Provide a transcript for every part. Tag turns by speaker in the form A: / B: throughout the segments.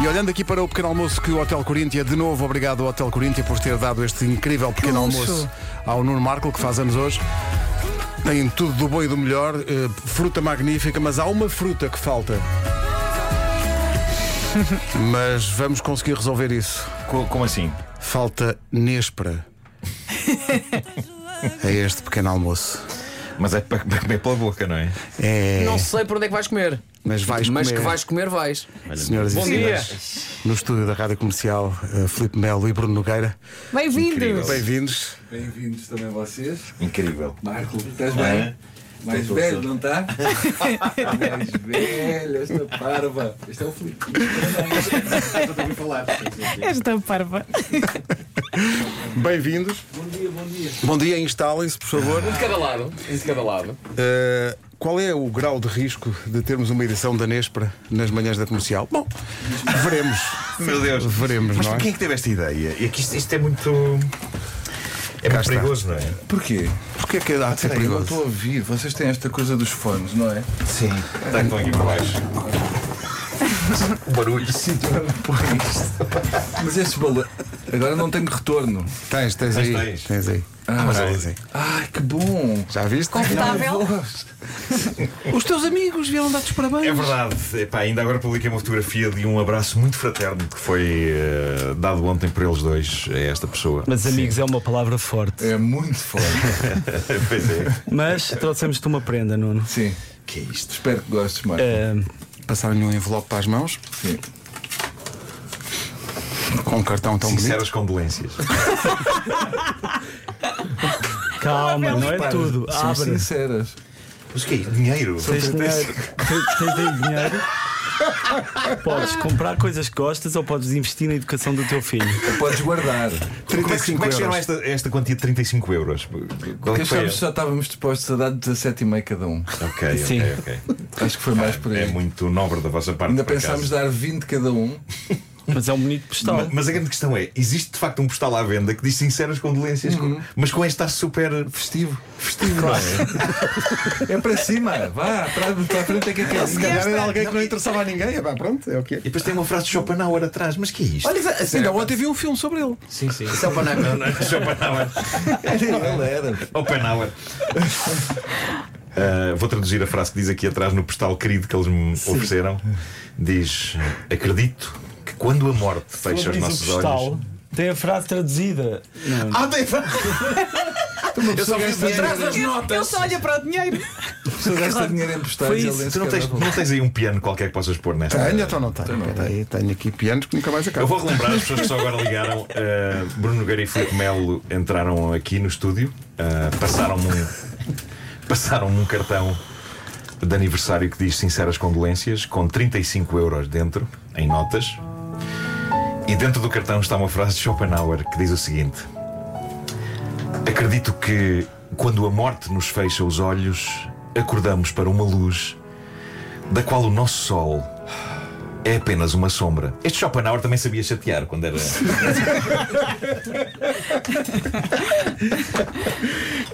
A: E olhando aqui para o pequeno almoço que o Hotel Coríntia, de novo obrigado ao Hotel Coríntia por ter dado este incrível pequeno
B: luxo.
A: almoço ao Nuno Marco, que faz anos hoje. Tem tudo do bom e do melhor, eh, fruta magnífica, mas há uma fruta que falta. mas vamos conseguir resolver isso.
C: Co- Como assim?
A: Falta Nespra a É este pequeno almoço.
C: Mas é para para comer pela boca, não é?
A: É,
D: Não sei por onde é que vais comer,
A: mas vais
D: mas
A: comer.
D: que vais comer, vais.
A: Senhoras e
D: Bom dia.
A: senhores, no estúdio da Rádio Comercial, eh, Filipe Melo e Bruno Nogueira.
B: Bem-vindos!
C: Incrível.
A: Bem-vindos.
E: Bem-vindos também vocês.
C: Incrível.
E: Marco, estás bem?
C: É?
E: Mais
C: Tô, tô,
E: velho,
C: tô.
E: não tá? Mais velho, esta parva. Este é o Filipe.
B: Esta parva.
A: Bem-vindos.
E: Bom dia, bom dia.
A: Bom dia, instalem-se, por favor.
D: Um de cada lado, um de cada lado.
A: Eh, qual é o grau de risco de termos uma edição da Nespra nas manhãs da comercial? Bom, veremos.
C: Meu Deus.
A: Veremos,
C: Mas
A: não é?
C: quem é que teve esta ideia? E aqui isto, isto é muito. É muito
A: está.
C: perigoso, não é?
E: Porquê?
A: Porquê que é há de ser
E: Eu não
A: perigoso?
E: estou a ouvir. Vocês têm esta coisa dos fones, não é?
C: Sim. Está então aqui para baixo. O barulho.
E: Mas estes balões. Agora não tenho retorno.
A: Tens, tens
C: Tens,
A: aí.
C: tens.
A: Tens aí.
E: Ah,
A: Mas tens aí.
E: Ai, que bom.
A: Já viste?
F: Confortável?
A: Os teus amigos vieram dar-te os parabéns.
C: É verdade. Epá, ainda agora publiquei uma fotografia de um abraço muito fraterno que foi eh, dado ontem por eles dois a esta pessoa.
G: Mas amigos é uma palavra forte.
E: É muito forte.
C: pois é.
G: Mas trouxemos-te uma prenda, Nuno.
E: Sim.
C: Que é isto? É,
E: Espero que gostes, Marco.
G: Eh,
A: Passaram-lhe um envelope para as mãos,
E: Sim.
A: com um cartão tão bonito.
C: Sinceras condolências.
G: calma, não é
E: Repara,
G: tudo.
E: São
G: Abre.
E: sinceras.
C: Mas o que é? Dinheiro?
G: Tens dinheiro. Tens tens aí dinheiro. Podes comprar coisas que gostas ou podes investir na educação do teu filho.
E: Podes guardar.
C: Como é que, como é que
A: 35
C: chegaram a
A: euros.
C: esta, a esta quantia de 35 euros? Qual é que
E: Porque
C: foi?
E: achávamos que só estávamos dispostos a dar 17,5 cada um.
C: Ok,
G: Sim.
C: ok, ok.
E: Acho que foi mais por aí.
C: É muito nobre da vossa parte.
E: Ainda
C: por
E: pensámos
C: acaso.
E: dar 20 cada um.
G: Mas é um bonito
C: Ma-
G: postal.
C: Mas a grande questão é: existe de facto um postal à venda que diz sinceras condolências, com- mas com este está super
E: Festivo. Festivo, não é? é para cima, vá, para, para a frente é que é que é.
A: calhar era alguém que não interessava a ninguém. É pá, pronto, é o que é.
C: E depois tem uma frase de Schopenhauer atrás, mas que é isto?
A: Olha, ainda ontem vi um filme sobre ele.
D: Sim, sim. Isso é o Panaca.
C: Não, não, não, Schopenhauer.
E: Ele era.
C: é. Schopenhauer. Ah, vou traduzir a frase que diz aqui atrás no postal querido que eles me ofereceram. Diz: Acredito que quando a morte fecha os
G: Diz
C: nossos
G: o postal.
C: olhos.
G: Tem a frase traduzida.
C: Ah, tem Eu só fiz dinheiro.
F: Ele só olha para o dinheiro.
E: A pessoa gasta dinheiro emprestado
G: Foi
E: e
G: isso.
E: ele
C: Tu não tens, não tens aí um piano qualquer que possas pôr nesta?
A: Tenho, então não tenho. Espera aí, tenho aqui pianos que nunca mais
C: Eu
A: acabam.
C: vou relembrar as pessoas que só agora ligaram. eh, Bruno Nogueira e Filipe Melo entraram aqui no estúdio, eh, passaram-me um, passaram-me um cartão de aniversário que diz sinceras condolências, com 35 euros dentro, em notas. E dentro do cartão está uma frase de Schopenhauer que diz o seguinte: Acredito que quando a morte nos fecha os olhos, acordamos para uma luz da qual o nosso sol é apenas uma sombra. Este Schopenhauer também sabia chatear quando era.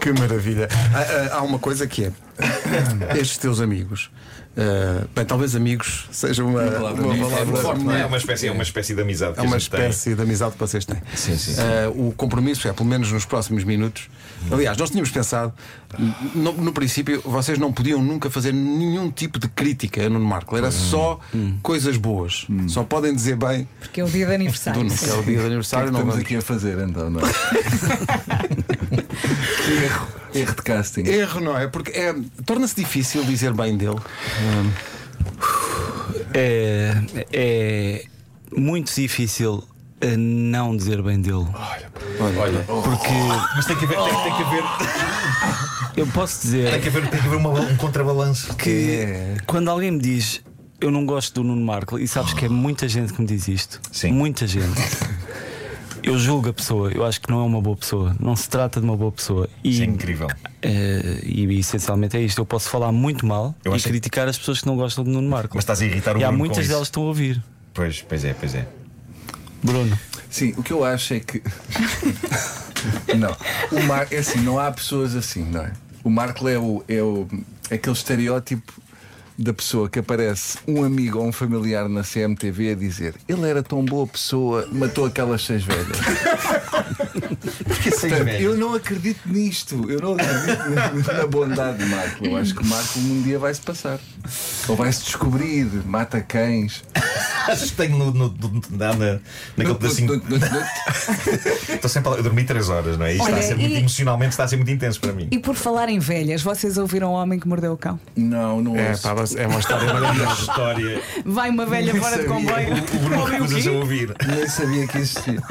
A: Que maravilha. Ah, Há, há- há uma coisa que é: estes teus amigos, ah, bem, talvez amigos seja uma, uma
E: palavra
A: palavra,
E: muito
C: Forte, não é? É uma espécie, é uma espécie de amizade que
A: É uma
C: a gente
A: espécie de amizade que vocês têm.
C: Sim, sim, sim.
A: Ah, o compromisso é, pelo menos nos próximos minutos. Aliás, nós tínhamos pensado, n- no, no princípio, vocês não podiam nunca fazer nenhum tipo de crítica a Nuno Marco. Era só coisas boas. Só podem dizer bem
F: Porque é o dia de
A: do
F: aniversário.
A: Nuno, que Hum. é o dia de aniversário. não
E: Estamos
A: vamos-
E: aqui a fazer então, não é? Que erro. Erro de casting.
A: Erro, não é? Porque é, torna-se difícil dizer bem dele.
G: É, é muito difícil eh, não dizer bem dele.
A: Olha,
C: tem. Mas tem que haver, tem, tem que haver,
G: Eu posso dizer.
C: tem que haver, tem que haver uma- um contrabalanço.
G: que quando alguém me diz eu não gosto do Nuno Marco, e sabes que é muita gente que me diz isto.
C: Sim.
G: Muita gente. Eu julgo a pessoa, eu acho que não é uma boa pessoa, não se trata de uma boa pessoa. E,
C: Isso é incrível.
G: eh, e essencialmente é isto. Eu posso falar muito mal
C: Eu
G: e
C: acho que-
G: criticar as pessoas que não gostam do Nuno Marco.
C: Mas estás a irritar o
G: e há
C: Bruno
G: muitas
C: com
G: delas que
C: isso.
G: estão a ouvir.
C: Pois, pois é, pois é.
G: Bruno,
E: Sim, o que eu acho é que. não, o Mar... é assim, não há pessoas assim, não é? O Marco é, o, é, o, é aquele estereótipo da pessoa que aparece um amigo ou um familiar na CMTV a dizer ele era tão boa pessoa, matou aquelas seis velhas.
C: Porque seis
E: Portanto,
C: velhas.
E: eu não acredito nisto. Eu não acredito na- na bondade de Marco. Eu acho que Marco um dia vai-se passar. Ou vai-se descobrir, mata cães.
C: Achas que tenho no, no, no, na, na, naquele pedacinho. Estou sempre a Eu dormi 3 horas, não é? Isto está a
F: Olha,
C: ser muito
F: e-
C: emocionalmente, está a ser muito intenso para mim.
F: E por falar em velhas, vocês ouviram o homem que mordeu o cão?
E: Não, não
A: É,
E: é.
A: pá, você- é uma história
C: A
A: maravilhosa.
C: história.
F: Vai uma velha
E: Nem
F: fora de
E: sabia.
F: comboio.
C: O Bruno
F: Ouviu o
C: recusa-se a
F: quê?
C: ouvir.
E: Nem sabia que existia.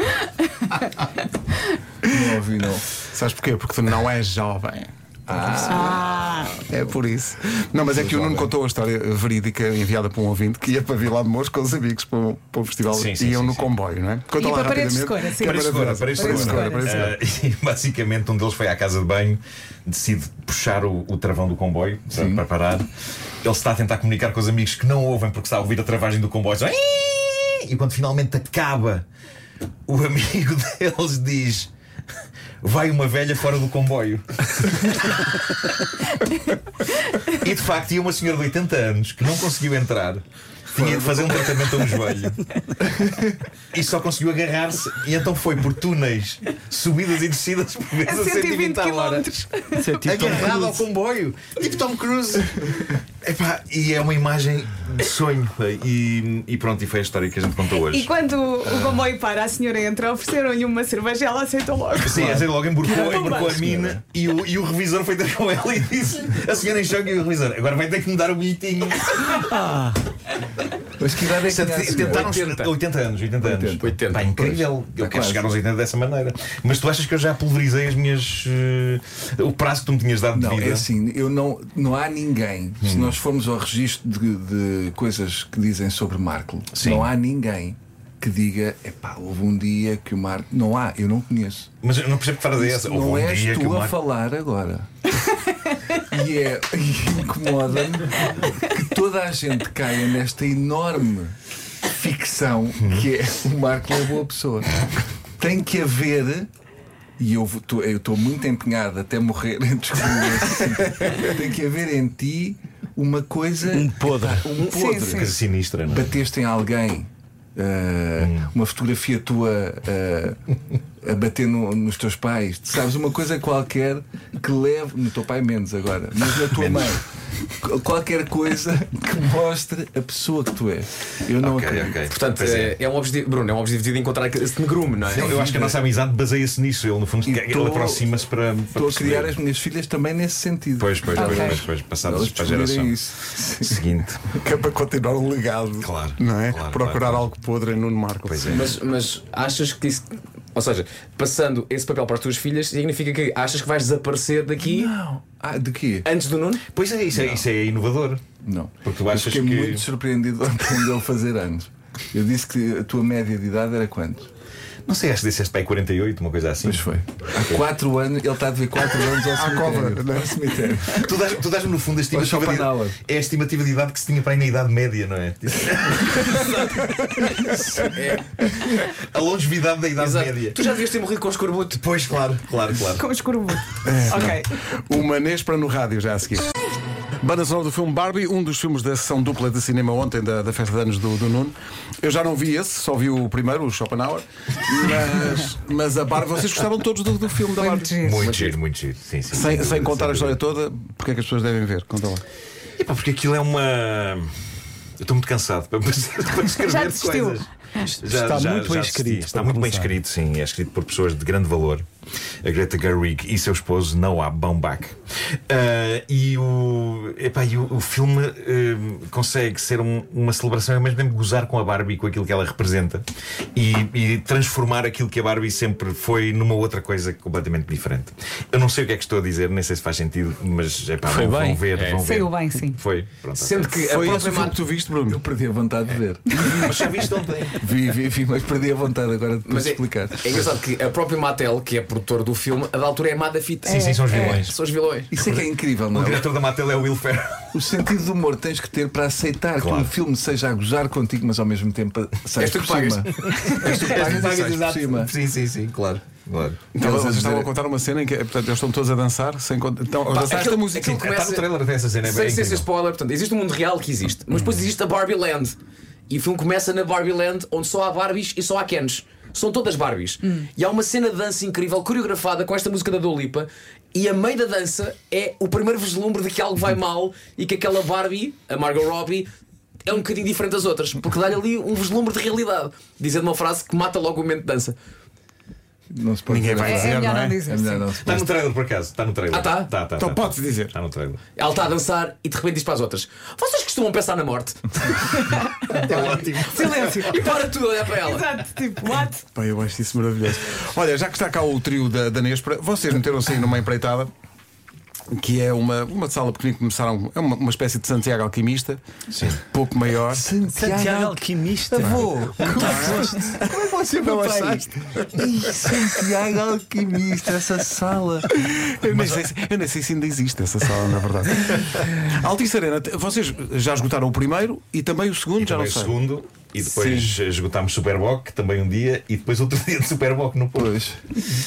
E: Não ouvi, não.
A: Sabes porquê? Porque tu não és jovem.
F: Ah,
A: É por isso. Não, mas é que o Nuno contou a história verídica enviada por um ouvinte que ia para Vila de Mouros com os amigos para o, para o festival
C: Sim, sim,
A: e iam
C: sim,
A: no
C: sim.
A: comboio, não é? Conta
F: E
A: lá
F: para Paredes de
A: rapidamente,
F: Cora, sim.
A: que é
C: Paredes de Cora,
A: maravilhoso.
C: Paredes
A: Paredes
C: de
A: de Cora,
C: Cora.
A: Paredes de Cora.
C: Ah, e basicamente um deles foi à casa de banho, decide puxar o, o travão do comboio para, para parar. Ele está a tentar comunicar com os amigos que não ouvem porque está a ouvir a travagem do comboio. Só, "Ih!" E quando finalmente acaba, o amigo deles diz: Vai uma velha fora do comboio. e de facto, ia uma senhora de 80 anos que não conseguiu entrar. Tinha de fazer um tratamento a um joelho e só conseguiu agarrar-se e então foi por túneis, subidas e descidas por
F: A
C: vezes a
F: 120
C: 120 à hora.
F: km.
G: Isso é tipo Tom
C: Agarrado ao
G: Cruise.
C: comboio, tipo Tom Cruise. Epá, e é uma imagem de sonho. E, e pronto, e foi a história que a gente contou
F: E
C: hoje.
F: quando o comboio para, a senhora entra, ofereceram-lhe uma cerveja e ela aceitou logo.
C: Sim, a gente logo emburcou,
F: Caramba.
C: emburcou a mina e o, e o revisor foi ter com ela e disse: A senhora em choque e o revisor, agora vai ter que me dar o bilhetinho.
E: Mas que idade é que tinha a senhora?
C: Tentaram 80. 80 anos, 80 anos.
D: 80.
C: Pá, incrível. eu quero
E: Tá quase.
C: chegar aos 80 dessa maneira. Mas tu achas que eu já pulverizei as minhas. eh, o prazo que tu me tinhas dado de
E: Não,
C: vida? Hum.
E: é assim, eu não, não há ninguém. Se nós formos ao registro de, de coisas que dizem sobre Marco,
C: Sim.
E: não há ninguém que diga, epá, houve um dia que o Marco. Não há, eu não conheço.
C: Mas eu não percebo que frase é essa. Houve
E: não
C: um
E: és
C: dia
E: tu
C: que o
E: a
C: Marco-
E: falar agora. e é e incomoda-me que toda a gente caia nesta enorme ficção que é o Marco é boa pessoa. Tem que haver. E eu vou- tô- eu estou muito empenhado até morrer em descobrir esse- Tem que haver em ti uma coisa.
G: Um podre.
E: Um podre.
F: sim.
C: Coisa sinistra, não é?
E: Bateste em alguém. ah,
C: Hum.
E: Uma fotografia tua ah, a bater no- nos teus pais, sabes? Uma coisa qualquer que leve, no teu pai, menos agora, mas na tua mãe, Qu- qualquer coisa que mostre a pessoa que tu és. Eu não
C: Ok,
E: acredito.
C: ok.
D: Portanto,
C: Pois é.
D: é, é um objetivo. Bruno, é um objetivo de encontrar esse negrume, não é?
C: Eu- Eu acho que a nossa amizade baseia-se nisso. Ele, no fundo,
E: E
C: ele
E: tô-
C: aproxima-se para. para
E: Estou a
C: perceber.
E: criar as minhas filhas também nesse sentido.
C: Pois, pois, pois,
F: Ok.
C: pois, pois, passados
E: Elas
C: para a geração.
E: descobrirem isso.
C: Seguinte.
A: Que é para continuar o legado.
C: Claro,
A: Não é?
C: claro,
A: Procurar
C: claro.
A: algo podre em Nuno Marco.
C: Pois é.
D: Mas, mas achas que isso. Ou seja, passando esse papel para as tuas filhas, significa que achas que vais desaparecer daqui
E: Não. Ah, de quê?
D: antes do Nuno?
C: Pois é, isso é, isso é inovador.
E: Não.
C: Porque tu
E: Eu
C: achas
E: fiquei
C: que-
E: muito surpreendido quando ele fazer anos. Eu disse que a tua média de idade era quanto?
C: Não sei, acho que disseste pai 48, uma coisa assim.
E: Pois foi. Há 4 anos, ele está a dever 4 anos ao cemitério.
A: cobra, não é?
E: Ao cemitério.
C: Tu dás- Tu dás-me, no fundo, a
E: Só
C: estimativa,
E: para
C: de,
E: na aula.
C: é a estimativa de idade que se tinha para aí na idade média, não é? a longevidade da idade média.
D: Tu já devias ter morrido com o escorbuto.
C: Pois, claro, claro, claro.
F: Com o escorbuto. ok.
A: O Manês para no rádio, já a seguir. Banda sonora do filme Barbie, um dos filmes da sessão dupla de cinema ontem, da, da festa de anos do, do Nuno. Eu já não vi esse, só vi o primeiro, o Schopenhauer. Mas, mas a Barbie, vocês gostavam todos do, do filme da
F: Foi
A: Barbie.
F: muito giro.
C: Muito giro, muito giro. Sim, sim,
A: Sem, sem
C: dúvida,
A: contar a
C: sem
A: história
C: dúvida.
A: toda, porque é que as pessoas devem ver? Conta lá.
C: Epá, porque aquilo é uma. Eu estou muito cansado para, para escrever
F: Já desistiu.
C: coisas.
G: Está muito bem
C: assisti.
G: escrito,
C: Está
G: para
C: muito bem
G: começar.
C: escrito, sim. É escrito por pessoas de grande valor. A Greta Gerwig e seu esposo Noah Baumbach. Ah, e o, epá, e o, o filme ah, consegue ser um- uma celebração, mas mesmo gozar com a Barbie, e com aquilo que ela representa, e, e transformar aquilo que a Barbie sempre foi numa outra coisa completamente diferente. Eu não sei o que é que estou a dizer, nem sei se faz sentido, mas epá,
G: Foi
C: vão,
G: bem. É.
C: vão ver. Vão ver.
F: Saiu bem, sim.
C: Foi, pronto.
D: Sendo que
A: Foi
D: a
A: esse o
D: próxima.
A: filme que tu viste, Bruno?
E: É Eu perdi a vontade de ver.
C: Mas já viste ontem.
E: Vi, vi, vi, mas perdi a vontade agora de
D: Mas
E: explicar.
D: É, é engraçado que a própria Mattel, que é produtor do filme, a da altura é Amada Fita.
C: Sim, sim, são os
F: É.
C: vilões.
D: São os vilões.
E: Isso é que é incrível,
C: O
E: não é?
C: diretor da Mattel é o Will Ferrell.
E: O sentido do humor tens que ter para aceitar
C: Claro.
E: que um filme seja a gozar contigo, mas ao mesmo tempo
D: És
E: sais
D: tu que
E: por
D: pagas.
E: cima. És tu que pagas e sais por
C: exato. Então,
E: cima.
C: Sim, sim, sim, claro. claro.
A: Então,
E: Eles a
A: vocês estavam a
E: dizer-
A: contar uma cena em que portanto, eles estão todos a dançar sem cont- estão a dançar esta
D: aquilo-
A: música.
D: aquilo
C: Está
D: começa-
C: tá no trailer dessa cena, é
D: Sem
C: bem
D: ser
C: incrível.
D: spoiler, portanto, existe um mundo real que existe, mas depois existe a Barbie Land. E o filme começa na Barbie Land, onde só há Barbies e só há Kens. São todas Barbies. E há uma cena de dança incrível, coreografada com esta música da Dua Lipa E a meio da dança é o primeiro vislumbre de que algo vai mal e que aquela Barbie, a Margot Robbie, é um bocadinho diferente das outras, porque dá-lhe ali um vislumbre de realidade, dizendo uma frase que mata logo o momento de dança.
E: Não se pode
A: Ninguém
E: dizer
A: vai
E: nada.
A: dizer,
B: É
A: não
B: melhor não
A: é?
B: dizer.
E: É melhor não se
C: Está tá no trailer por acaso, está no trailer.
D: Ah, tá?
C: Tá, tá,
A: Então
C: tá,
A: podes
C: tá.
A: dizer.
C: Está no trailer.
D: Ela está a dançar e de repente diz para as outras: Vocês costumam pensar na morte?
C: É
B: Silêncio.
D: E para tudo a olhar para ela.
B: Exato, tipo, what?
A: Pá, eu acho isso maravilhoso. Olha, já que está cá o trio da, da Nespra, vocês meteram-se aí numa empreitada que é uma, uma sala pequenina que começaram. É uma, uma espécie de Santiago Alquimista, pouco maior.
E: pode.
G: Santiago é Alquimista.
E: Avô, como é que foste? Como é que você não
A: Pai.
E: achaste? Ih, Santiago Alquimista, essa sala.
A: Eu nem, sei, se- eu nem sei se ainda existe essa sala, na verdade. Altice Arena, te- vocês já esgotaram o primeiro e também o segundo, já não
C: Também o
A: sei.
C: segundo, e depois esgotámos Superboc, também um dia, e depois outro dia de Superboc no Porto.
E: Pois,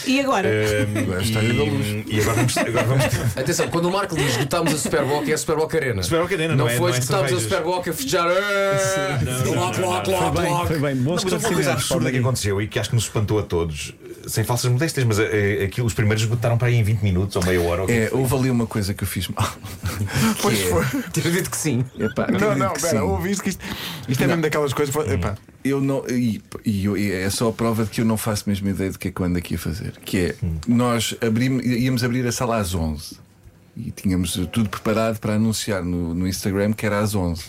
B: E agora?
C: Ehm,
E: Agora está a ir da luz.
C: e, e agora vamos. Agora vamos
D: Atenção, quando o Marco diz esgotámos a Superboc, é a Superboc Arena.
C: Superboc Arena, não é-
D: foi
C: não é
D: esgotámos a
C: cervejas.
D: Superboc a festejar. "Ah!"
C: não, não,
D: Clock,
C: não,
D: clock,
C: não.
D: clock,
G: Bem,
D: clock.
G: foi bem, bons
C: Não, mas houve uma coisa
G: esclarecimentos,
C: absurda que
G: Paulinho.
C: aconteceu e que acho que nos espantou a todos, sem falsas modéstias, mas eh, aquilo, os primeiros esgotaram para aí em 20 minutos ou meia hora. ou o que
E: é, houve ali uma coisa que eu fiz mal. é,
A: Pois foi.
D: Tens dito que sim.
E: Epá,
A: Não,
E: acredito
A: não,
E: que
A: espera,
E: sim.
A: ouviste que isto, isto é mesmo daquelas coisas. Epá,
E: Eu não, e, e eu- e é só a prova de que eu não faço mesmo ideia do que é que eu ando aqui a fazer. Que é,
A: Hum.
E: nós abrimos, íamos abrir a sala às 11 e tínhamos tudo preparado para anunciar no, no Instagram que era às 11.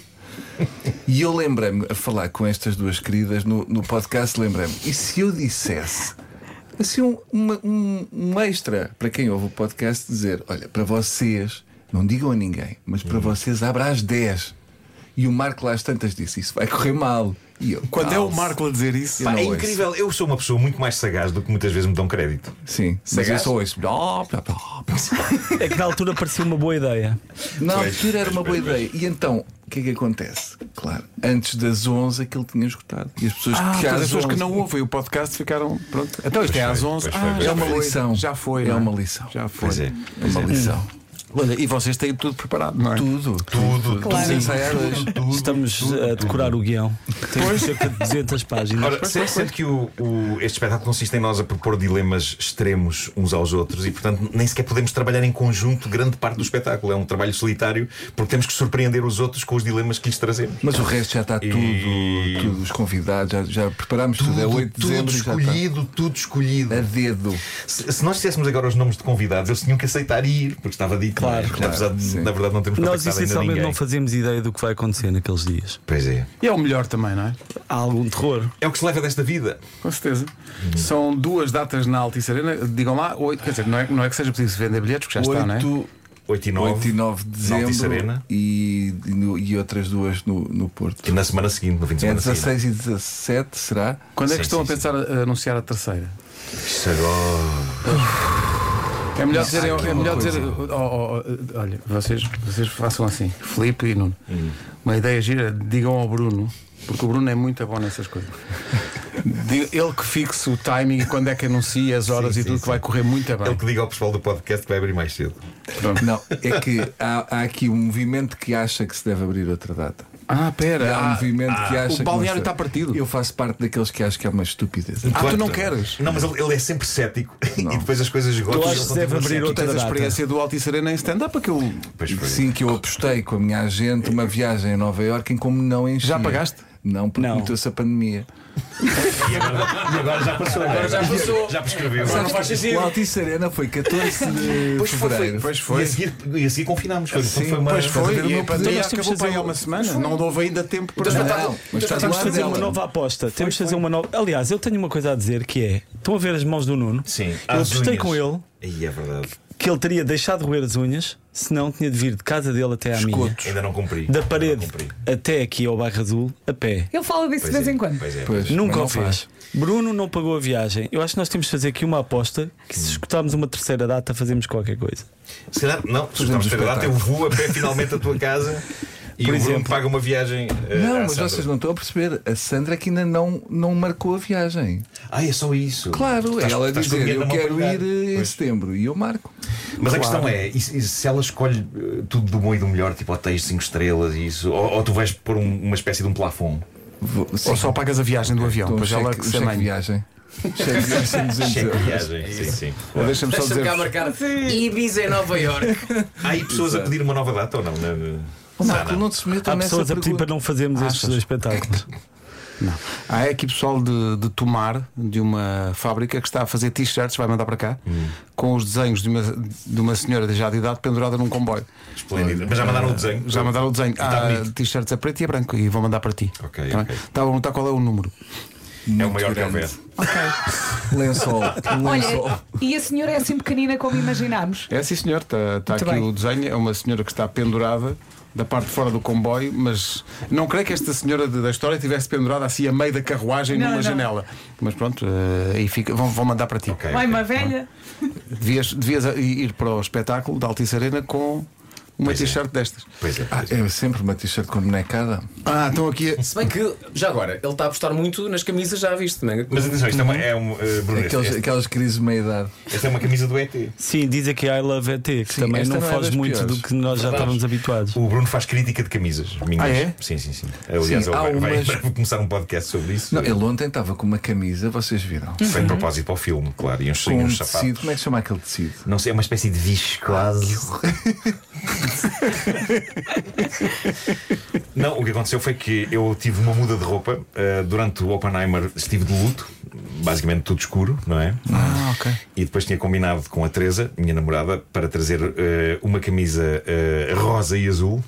E: E eu lembrei-me a falar com estas duas queridas no, no podcast, lembrei-me, e se eu dissesse assim um, uma- um- um extra para quem ouve o podcast dizer, olha, para vocês, não digam a ninguém, mas
A: Uhum.
E: para vocês abra às 10. E o Marco lá às tantas disse, isso vai correr mal. E eu,
A: quando é o
E: "Calça."
A: Marco a dizer isso.
C: Pá,
E: não
C: é
E: ouço.
C: incrível, eu sou uma pessoa muito mais sagaz do que muitas vezes me dão crédito.
E: Sim, mas eu só ouço. Blá, blá, blá, blá.
G: É que na altura parecia uma boa ideia.
E: Na
C: Pois,
E: altura era uma boa
C: pois, pois,
E: ideia. E então, o que é que acontece? Claro, antes das 11 aquilo tinha esgotado. E as pessoas
A: Ah,
E: que às
A: as pessoas que
E: 11
A: não ouvem o podcast ficaram. Pronto. Então isto é às 11.
C: pois foi,
A: Ah,
C: pois
A: já
E: É uma
A: foi.
E: lição.
A: Já foi.
E: É
A: não
E: uma lição.
A: Já foi.
C: Pois é.
E: É uma lição.
A: Olha, e vocês têm tudo preparado, não é?
E: Tudo.
C: Tudo,
B: Claro.
E: Tudo ensaiar hoje.
G: Estamos a decorar o guião. Temos cerca de 200 páginas.
C: Ora, se- sendo que o, o- este espetáculo consiste em nós a propor dilemas extremos uns aos outros e, portanto, nem sequer podemos trabalhar em conjunto grande parte do espetáculo. É um trabalho solitário porque temos que surpreender os outros com os dilemas que lhes trazemos.
E: Mas o resto já está tudo,
C: E-
E: tudo, os convidados, já, já preparámos tudo, É 8 de dezembro e já É. está.
C: escolhido, tudo escolhido.
E: A dedo.
C: Se, se nós dissessemos agora os nomes de convidados, eles tinham que aceitar ir, porque estava dito.
G: Claro,
C: não é? Porque,
E: claro,
C: apesar de,
E: sim.
C: na verdade, não temos
G: Nós
C: contactado ainda
G: essencialmente
C: ninguém.
G: não fazemos ideia do que vai acontecer naqueles dias.
C: Pois é.
A: E é o melhor também, não é?
G: Há algum terror.
C: É o que se leva desta vida.
A: Com certeza. São duas datas na Altice Arena, digam lá, oito, quer dizer, não é, não é que seja preciso vender bilhetes, porque já está, não é?
E: 8,
C: 8 e 9.
E: 8 e 9 de
C: Altice
E: dezembro
C: Arena.
E: e, e no- e outras duas no, no
C: E
E: Porto.
C: na semana seguinte, no fim de
E: É
C: semana seguinte.
E: 16 e 17, será?
A: Quando é que
C: Sim,
A: estão
C: sim,
A: a pensar a anunciar a terceira?
C: Isso agora.
A: É melhor dizer,
E: aqui
A: é,
E: uma
A: melhor dizer
E: coisa.
A: oh, oh, oh, olha, vocês, vocês façam assim, Filipe e Nuno. Uma ideia gira, digam ao Bruno, porque o Bruno é muito bom nessas coisas. Diga- Ele que fixe o timing e quando é que anuncia, as horas
C: Sim,
A: e
C: sim,
A: tudo, que
C: sim.
A: vai correr muito bem.
C: Ele que diga ao pessoal do podcast que vai abrir mais cedo.
E: Não, é que há, há aqui um movimento que acha que se deve abrir outra data.
A: Ah, pera,
E: Há um
A: ah,
E: movimento que
A: ah,
E: acha que
A: o balneário
E: não se-
A: está partido.
E: Eu faço parte daqueles que acham que é uma estupidez.
A: Ah, tu não queres?
C: Não, mas ele, ele é sempre cético
E: Não.
C: e depois as coisas
G: Tu
C: gotam
G: achas que deve abrir
A: Tu
G: outra
A: tens a
G: data?
A: experiência do Altice Arena em stand-up, aquilo
C: Pois foi.
E: Sim, que eu apostei com a minha agente uma viagem a Nova Iorque em como não enchia.
A: Já pagaste?
E: Não, porque
G: Não.
E: meteu-se a pandemia.
C: E agora, e agora já passou.
D: Agora já passou.
C: Já prescreveu.
D: Agora não faz
E: O
D: sentido.
E: Altice Arena foi 14 de
D: Pois foi,
E: fevereiro.
A: Pois foi.
C: E a seguir, e a seguir confinámos. Foi,
E: Sim,
C: foi uma,
A: Pois foi,
E: Estás a ver,
A: e
E: não
A: a
E: podemos.
A: pandemia
G: Nós temos
A: acabou
G: de
A: para aí
G: fazer
A: há uma semana, não houve ainda tempo para.
E: Não,
D: Então,
E: não, mas está do
G: Temos de
E: lado
G: fazer uma
E: dela.
G: nova aposta. Temos de fazer uma nova. Aliás, eu tenho uma coisa a dizer que é: estão a ver as mãos do Nuno?
C: Sim,
G: Eu
C: às
G: apostei
C: unhas.
G: com ele
C: Aí é verdade.
G: que ele teria deixado de roer as unhas, se não tinha de vir de casa dele até à minha,
E: Escotos.
C: Ainda não cumpri.
G: da
C: Ainda não
G: parede
C: cumpri.
G: até aqui ao Bairro Azul, a pé.
B: Ele fala disso de
C: Pois
B: vez
C: é,
B: em quando.
C: Pois é.
E: Pois, mas
G: Nunca
E: não
G: o fez. Bruno não pagou a viagem. Eu acho que nós temos de fazer aqui uma aposta que
E: Hum.
G: se escutarmos uma terceira data, fazemos qualquer coisa.
C: Se calhar, não, se estamos a data, eu vou a pé finalmente à tua casa e
G: Por
C: o Bruno
G: exemplo.
C: paga uma viagem. eh,
E: Não,
C: à
E: mas
C: Sandra.
E: vocês não estão a perceber. A Sandra que ainda não, não marcou a viagem.
C: Ah, é só isso.
E: Claro,
C: Estás-
E: ela
C: estás com
E: dizer
C: dinheiro na
E: eu
C: mão para
E: quero
C: pagar.
E: ir eh, em
C: Pois.
E: setembro e eu marco.
C: Mas a questão é, e se e se ela escolhe eh, tudo do bom e do melhor, tipo hotéis de 5 estrelas e isso, ou, ou tu vais pôr um- uma espécie de um plafond?
E: Vou, sim,
A: Ou só pagas a viagem do avião,
E: dou um
A: depois ela
E: cheque-
A: que
E: um
A: se
E: cheque de
A: amanhã.
E: viagem. Cheque de viagem de 200
C: Cheque
E: euros.
C: de viagem. sim, sim.
A: Deixa-me só
D: Deixa-me
A: dizer.
D: cá marcar Ibiza em Nova Iorque.
C: Há aí pessoas a pedir uma nova data ou não? Na- na-
E: Ó, Marco, não te metam
G: Há
E: Então nessa
G: pessoas a pedir para
E: pergunta.
G: não fazermos estes dois espetáculos.
A: Há aqui pessoal de, de Tomar, de uma fábrica, que está a fazer t-shirts, vai mandar para cá,
C: Hum.
A: com os desenhos de uma, de uma senhora já de idade pendurada num comboio.
C: Esplêndido. Mas já mandaram o desenho?
A: Já mandaram o desenho.
C: Está
A: Há
C: bonito.
A: t-shirts a preto e a branco e vou mandar para ti.
C: Ok,
A: Tá bem?
C: ok.
A: Estava a perguntar qual é o número.
C: É o maior que
E: grande.
C: houver.
E: Lençol. um
B: Olha,
E: lençol.
B: e a senhora é assim pequenina como imaginámos.
A: É sim, senhor. Está está
B: Muito
A: aqui
B: bem.
A: o desenho. É uma senhora que está pendurada da parte de fora do comboio, mas não creio que esta senhora de- da história tivesse pendurada assim a meio da carruagem
B: Não,
A: numa
B: não.
A: janela. Mas pronto, eh, aí fica. Vão, vão mandar para ti.
C: Ok.
B: Vai uma velha.
A: Devias, devias ir para o espetáculo da Altice Arena com uma
C: Pois é.
A: t-shirt destas.
C: Pois é.
E: Ah, é sempre uma t-shirt com bonecada.
A: Ah, estão aqui.
D: Se bem que, já agora, ele está a apostar muito nas camisas, já viste, não é?
C: Mas atenção, isto é uma. É um, eh, Bruno, este-
E: Aquelas,
C: este-
E: aquelas crises de meia-idade.
C: esta é uma camisa do ET.
G: Sim, diz aqui I Love ET, que
E: Sim,
G: também
E: esta
G: não,
E: não é
G: foge
E: das
G: muito
E: piores.
G: do que nós já estávamos habituados.
C: O Bruno faz crítica de camisas minhas.
A: Ah, é?
C: Sim, sim, sim. Aliás,
E: Sim,
C: ele
E: há
C: vai, vai-
E: umas-
C: vai começar um podcast sobre isso.
E: Não, ele ontem estava com uma camisa, vocês viram?
C: Foi de propósito para o filme, claro. E uns, e
E: Com um
C: uns sapatos.
E: tecido. Como é que se chama aquele tecido?
C: Não sei, é uma espécie de viscose. Não, o que aconteceu foi que eu tive uma muda de roupa. eh, durante o Oppenheimer estive de luto, basicamente tudo escuro, não é?
A: Ah, ok.
C: E depois tinha combinado com a Teresa, minha namorada, para trazer eh, uma camisa eh, rosa e azul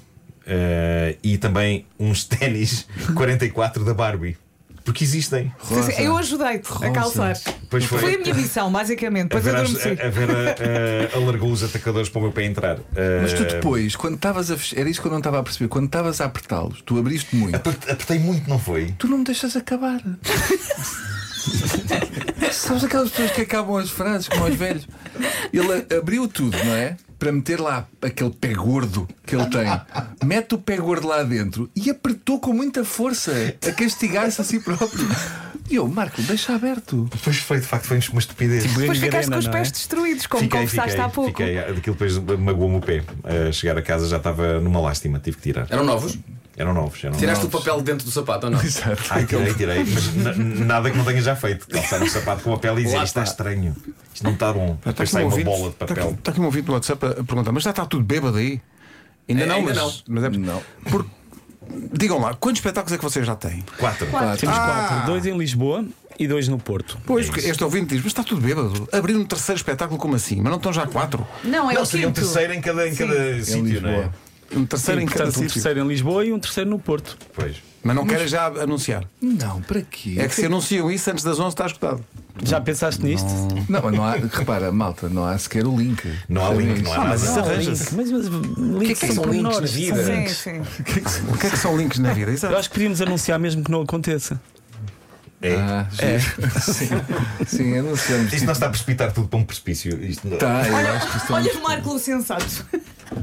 C: eh, e também uns ténis 44 da Barbie. Porque existem.
E: Rosa.
B: Eu ajudei-te a calçar.
C: Pois foi.
B: Foi a minha missão, basicamente.
C: A
B: Depois
C: Vera,
B: adormeci.
C: a, a Vera eh, alargou os atacadores para o meu pé entrar. Eh,
E: Mas tu depois, quando estavas a fechar, era isso que eu não estava a perceber, quando estavas a apertá-los, tu abriste muito.
C: apert- Apertei muito, não foi?
E: Tu não me deixas acabar. Sabes aquelas pessoas que acabam as frases como os velhos? Ele a- abriu tudo, não é? Para meter lá aquele pé gordo que ele tem. Mete o pé gordo lá dentro e apertou com muita força a castigar-se a si próprio. E eu, Marco, deixa aberto.
C: Depois foi, de facto, foi uma estupidez.
B: Depois ficaste com os
G: não é?
B: pés destruídos, como
C: Fiquei,
B: confessaste
C: fiquei,
B: há pouco.
C: fiquei. Aquilo depois magoou-me o pé. Eh, chegar a casa já estava numa lástima, tive que tirar.
D: Eram novos?
C: Eram novos, eram
D: Tiraste o papel de dentro do sapato ou não?
E: Exato.
C: Ai, tirei, tirei, mas na- nada que não tenha já feito. Calçar um sapato com a pele e dizer
D: Lá
C: isto está
D: está.
C: estranho, isto não está bom.
A: Está
C: Depois
A: aqui, um
C: sai uma
A: ouvinte,
C: bola de
A: está, aqui,
C: papel.
A: está aqui um ouvinte no WhatsApp a, a perguntar, mas já está tudo bêbado aí? Ainda
D: É,
A: não,
D: ainda
A: mas, mas é-
E: Não.
A: Por- digam lá, quantos espetáculos é que vocês já têm?
C: Quatro.
G: Temos
E: Ah!
G: quatro, dois em Lisboa e dois no Porto.
A: Pois, porque este ouvinte diz, mas está tudo bêbado. Abrir um terceiro espetáculo, como assim? Mas não estão já quatro?
B: Não, é
C: Não,
B: o
C: seria um
B: quinto.
C: terceiro em cada, em cada sítio, não é?
E: Lisboa.
A: Um terceiro
G: Sim,
A: em cada
G: portanto, um
A: sítio.
G: terceiro em Lisboa e um terceiro no Porto.
C: Pois.
A: Mas não querem já anunciar.
E: Não, para quê?
A: É que se anunciam isso antes das 11 está escutado.
G: Já pensaste nisto?
E: Não, mas não há, repara, malta, não há sequer o link.
C: Não há link, não há nada.
G: Não, link, mas, mas link
D: que é que são links
G: pormenores.
D: de vida?
B: Sim, sim.
A: O que é que são links na vida? Exato.
G: Eu acho que podíamos anunciar mesmo que não aconteça.
C: É.
E: Ah, giro. Sim, sim, anunciamos.
C: Isto não está a precipitar tudo para um precipício. Isto não...
E: Tá, eu acho que estão.
B: Olha o Marco o sensato.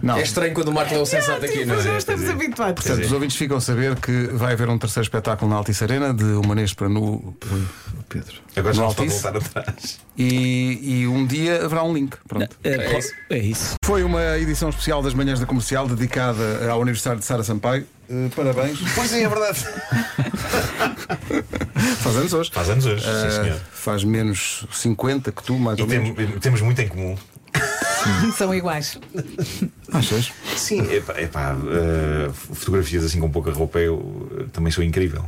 A: Não.
D: É estranho quando o Marco é o sensato aqui, não
B: Mas
D: é?
B: não estamos habituados.
A: Portanto, os ouvintes ficam a saber que vai haver um terceiro espetáculo na Altice Arena, de Humanês para Nu,
E: Pedro.
C: Agora já
A: No
C: não estou a
A: Altice?
C: voltar atrás.
A: e, e um dia haverá um link. Pronto.
G: É, isso. é isso.
A: Foi uma edição especial das Manhãs da Comercial dedicada ao aniversário de Sara Sampaio. Eh, parabéns.
C: Pois é, é verdade.
A: Faz anos hoje.
C: Faz anos hoje, sim,
A: Eh,
C: senhor.
A: faz menos 50 que tu, mais
C: E
A: ou menos.
C: tem- temos muito em comum.
B: São iguais.
A: Achas?
C: Sim, epá, epá, eh, fotografias assim com pouca roupa eu eh, também sou incrível.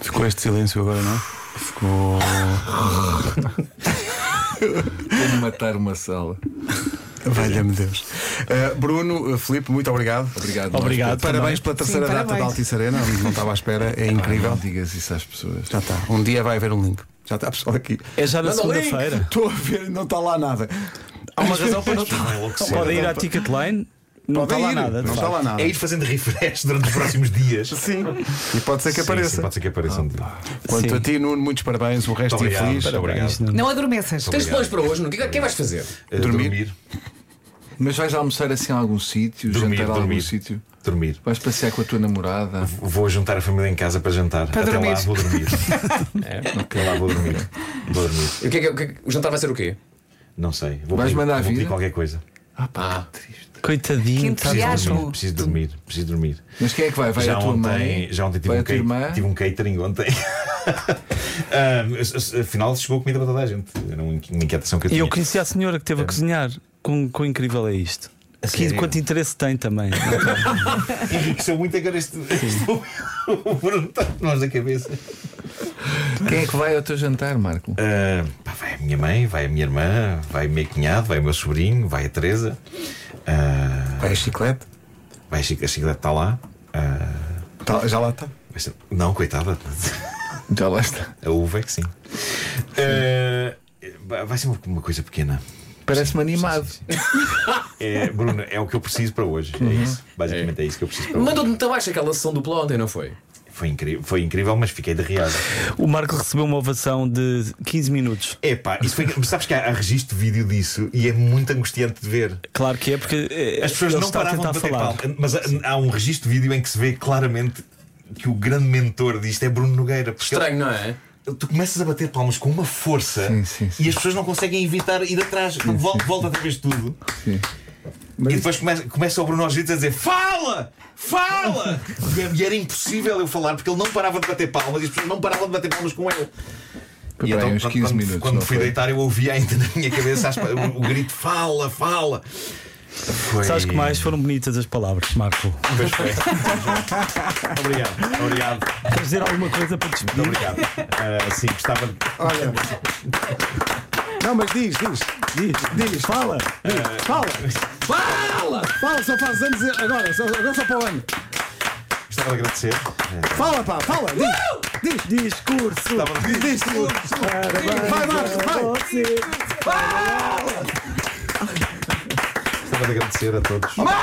A: Ficou este silêncio agora, não é? Ficou.
E: Como matar uma sala.
A: Valha-me Deus. Eh, Bruno, eh, Filipe, muito obrigado.
E: Obrigado.
G: Obrigado.
A: Parabéns pela terceira
B: Sim,
A: data
B: parabéns.
A: da Altice Arena, não estava à espera, é
E: Não
A: incrível.
E: digas isso às pessoas.
A: Já está, um dia vai haver um link. Já está a pessoa aqui.
G: É já na
D: Manda o link.
G: segunda-feira.
A: Estou a ver, não está lá nada. Há um
G: uma razão para não
C: Estão enlouquecidos.
G: Podem ir à Ticketline, não tá está lá
A: ir,
G: nada. de
A: Não está
G: facto.
A: lá nada.
C: É ir fazendo refresh durante os próximos dias.
A: Sim. E pode ser que
C: Sim,
A: apareça.
C: sim, pode ser que apareça um dia.
A: Quanto
G: Sim.
A: a ti, Nuno, muitos parabéns. O resto é
C: Obrigado,
A: feliz.
C: muito
G: Isto
C: obrigado.
G: não-
B: Não adormeças.
D: Tens planos para hoje, não? O que é que vais fazer?
C: Eh,
A: Dormir.
E: Mas vais almoçar assim a algum sítio,
C: Dormir,
E: jantar a algum
C: dormir.
E: sítio?
C: Dormir.
E: Vais passear com a tua namorada?
C: Vou juntar a família em casa para jantar. Até
B: dormir.
C: lá vou dormir. é. Até lá vou dormir. Vou dormir.
D: E O, que é que- o que é que- o jantar vai ser o quê?
C: Não sei. Vou
E: Vais
C: pedir,
E: mandar
C: vou pedir
E: vir?
C: qualquer coisa.
D: Ah,
B: Que
G: Coitadinho, tá
B: entusiasmo.
G: bom.
C: Dormir,
B: Acho bom.
C: Preciso dormir. Preciso dormir.
E: Mas quem é que um vai? Vai
C: já
E: a tua
C: ontem,
E: mãe?
C: Já ontem tive,
E: vai
C: um,
E: a tua
C: cate-
E: irmã?
C: tive um catering ontem. Ahm, s- s- afinal, chegou comida para toda a gente. Era uma inqui- uma inquietação que eu
G: E
C: tinha.
G: eu conheci a senhora que teve a cozinhar. Quão, quão incrível é isto? Que,
C: sério?
G: quanto interesse tem também.
C: Enriqueceu muito agora este. este- O Bruno está com nós na cabeça. um-
E: Quem é que vai ao teu jantar, Marco?
C: Ah, pá, vai a minha mãe, vai a minha irmã, vai o meu cunhado, vai o meu sobrinho, vai a Teresa. Ah,
A: Vai a chiclete.
C: vai a Chica, a Chiclete está lá. Ah,
A: Tá- já lá está.
C: vai ser- Não, coitada.
E: Já lá está.
C: A uva é que sim. Eh, vai- vai ser uma, uma coisa pequena.
E: Parece-me
C: Sim,
E: animado.
C: sim, sim, sim. É, Bruno, é o que eu preciso para hoje. É
G: Uhum.
C: isso. Basicamente é isso que eu preciso para hoje.
D: Mandou-te muito abaixo aquela sessão dupla ontem, não foi?
C: Foi incrível, foi incrível, mas fiquei de riada.
G: O Marco recebeu uma ovação de 15 minutos.
C: Epá, isso foi. Sabes que há, há registro de vídeo disso e é muito angustiante de ver.
G: Claro que é, porque eh,
C: As pessoas
G: ele
C: não
G: está a
C: paravam
G: tentar
C: de bater
G: falar.
C: palma. Mas há- há um registro de vídeo em que se vê claramente que o grande mentor disto é Bruno Nogueira. porque ele-
D: Estranho, não é?
C: tu começas a bater palmas com uma força
E: Sim, sim, sim.
C: e as pessoas não conseguem evitar ir atrás. volta, volta outra vez tudo.
E: Sim.
C: E depois começa, começa o Bruno aos gritos a dizer: Fala! Fala! E era- e era impossível eu falar porque ele não parava de bater palmas e as pessoas não paravam de bater palmas com ele.
E: Foi
C: E
E: para aí
C: então,
E: uns
C: quando-
E: 15
C: quando,
E: minutos.
C: Quando
E: não
C: me fui
E: foi?
C: deitar, eu ouvia ainda na minha cabeça as pa- o, o grito: Fala, fala! Foi...
G: Sabes que mais foram bonitas as palavras, Marco.
C: Pois foi. obrigado, obrigado.
G: Queres dizer alguma coisa para
C: Muito
G: despedir?
C: obrigado. Ah, sim, gostava de.
A: Olha. Não, mas diz, diz.
G: Diz, diz, fala.
C: Eh,
A: Fala,
D: Fala!
A: fala, só faz anos agora, só, agora só para o ano.
C: Gostava de agradecer.
A: Fala, pá, fala, diz,
G: Discurso.
C: Gostava de-
A: diz, diz. Vai, Marcos, vai.
G: Você.
C: gostava de agradecer a todos.